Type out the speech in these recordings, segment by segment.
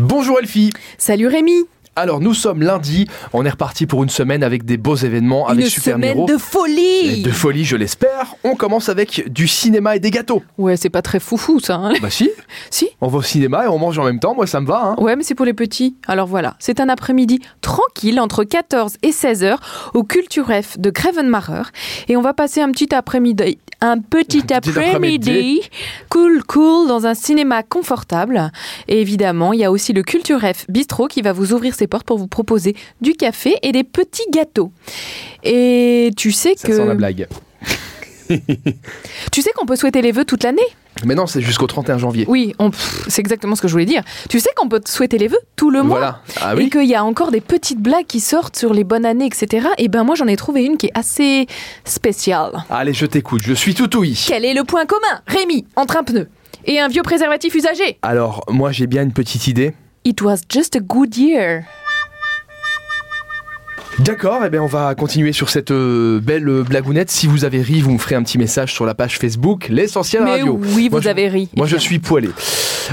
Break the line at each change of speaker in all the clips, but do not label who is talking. Bonjour Elfie
Salut Rémi
Alors nous sommes lundi, on est reparti pour une semaine avec des beaux événements, avec
Une
Ah, Super
semaine
Nero.
de
Et
folie
de folie je l'espère. On commence avec du cinéma et des gâteaux.
Ouais, c'est pas très foufou ça. hein.
Bah si,
si
on va au cinéma et on mange en même temps, moi ça me va. Hein.
Ouais, mais c'est pour les petits. Alors voilà, c'est un après-midi tranquille entre 14 et 16 heures au Culture F de Grevenmacher. Et on va passer un petit après-midi un petit
après-midi.
après-midi cool cool dans un cinéma confortable. Et évidemment, il y a aussi le Culture F Bistrot qui va vous ouvrir ses portes pour vous proposer du café et des petits gâteaux. Et tu sais
Ça
que
sent la blague.
tu sais qu'on peut souhaiter les vœux toute l'année
Mais non, c'est jusqu'au 31 janvier.
Oui, on- pff, c'est exactement ce que je voulais dire. Tu sais qu'on peut te souhaiter les vœux tout le mois
voilà. Ah
et
oui
qu'il y a encore des petites blagues qui sortent sur les bonnes années, etc. Et ben moi j'en ai trouvé une qui est assez spéciale.
Allez, je t'écoute, je suis tout ouïe.
Quel est le point commun, Rémi, entre un pneu et un vieux préservatif usagé
Alors, moi j'ai bien une petite idée.
It was just a good year.
D'accord, et bien on va continuer sur cette euh, belle euh, blagounette. Si vous avez ri, vous me ferez un petit message sur la page Facebook, l'essentiel
Mais
radio.
oui,
Moi,
vous
je-
avez ri.
Moi je
évidemment.
suis poilé.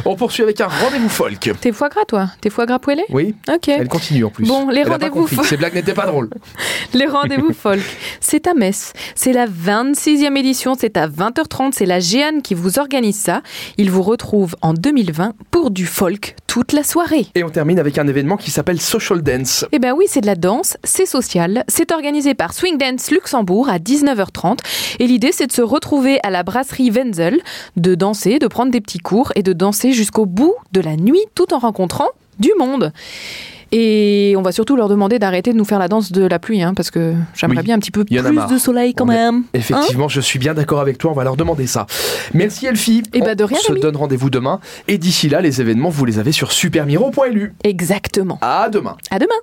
On poursuit avec un rendez-vous folk.
T'es foie gras toi T'es foie gras poêlé
Oui,
Ok.
elle continue en plus.
Bon,
Elle
les
a pas
rendez-vous
compris.
folk.
Ces blagues n'étaient pas drôles.
Les rendez-vous folk, c'est à Metz. C'est la 26e édition, c'est à 20h30, c'est la Géane qui vous organise ça. Ils vous retrouvent en 2020 pour du folk toute la soirée.
Et on termine avec un événement qui s'appelle Social Dance.
Eh ben oui, c'est de la danse, c'est social, c'est organisé par Swing Dance Luxembourg à 19h30 et l'idée c'est de se retrouver à la brasserie Wenzel, de danser, de prendre des petits cours et de danser jusqu'au bout de la nuit tout en rencontrant du monde. Et on va surtout leur demander d'arrêter de nous faire la danse de la pluie, hein, parce que j'aimerais
Oui,
bien un petit peu
il y en a
plus
marre.
de soleil quand
On est-
même. Hein
Effectivement, je suis bien d'accord avec toi, on va leur demander ça. Merci Elfie.
Eh
on
ben, de rien,
se
Rémi.
donne rendez-vous demain. Et d'ici là, les événements, vous les avez sur supermiro.lu.
Exactement.
À demain.
À demain.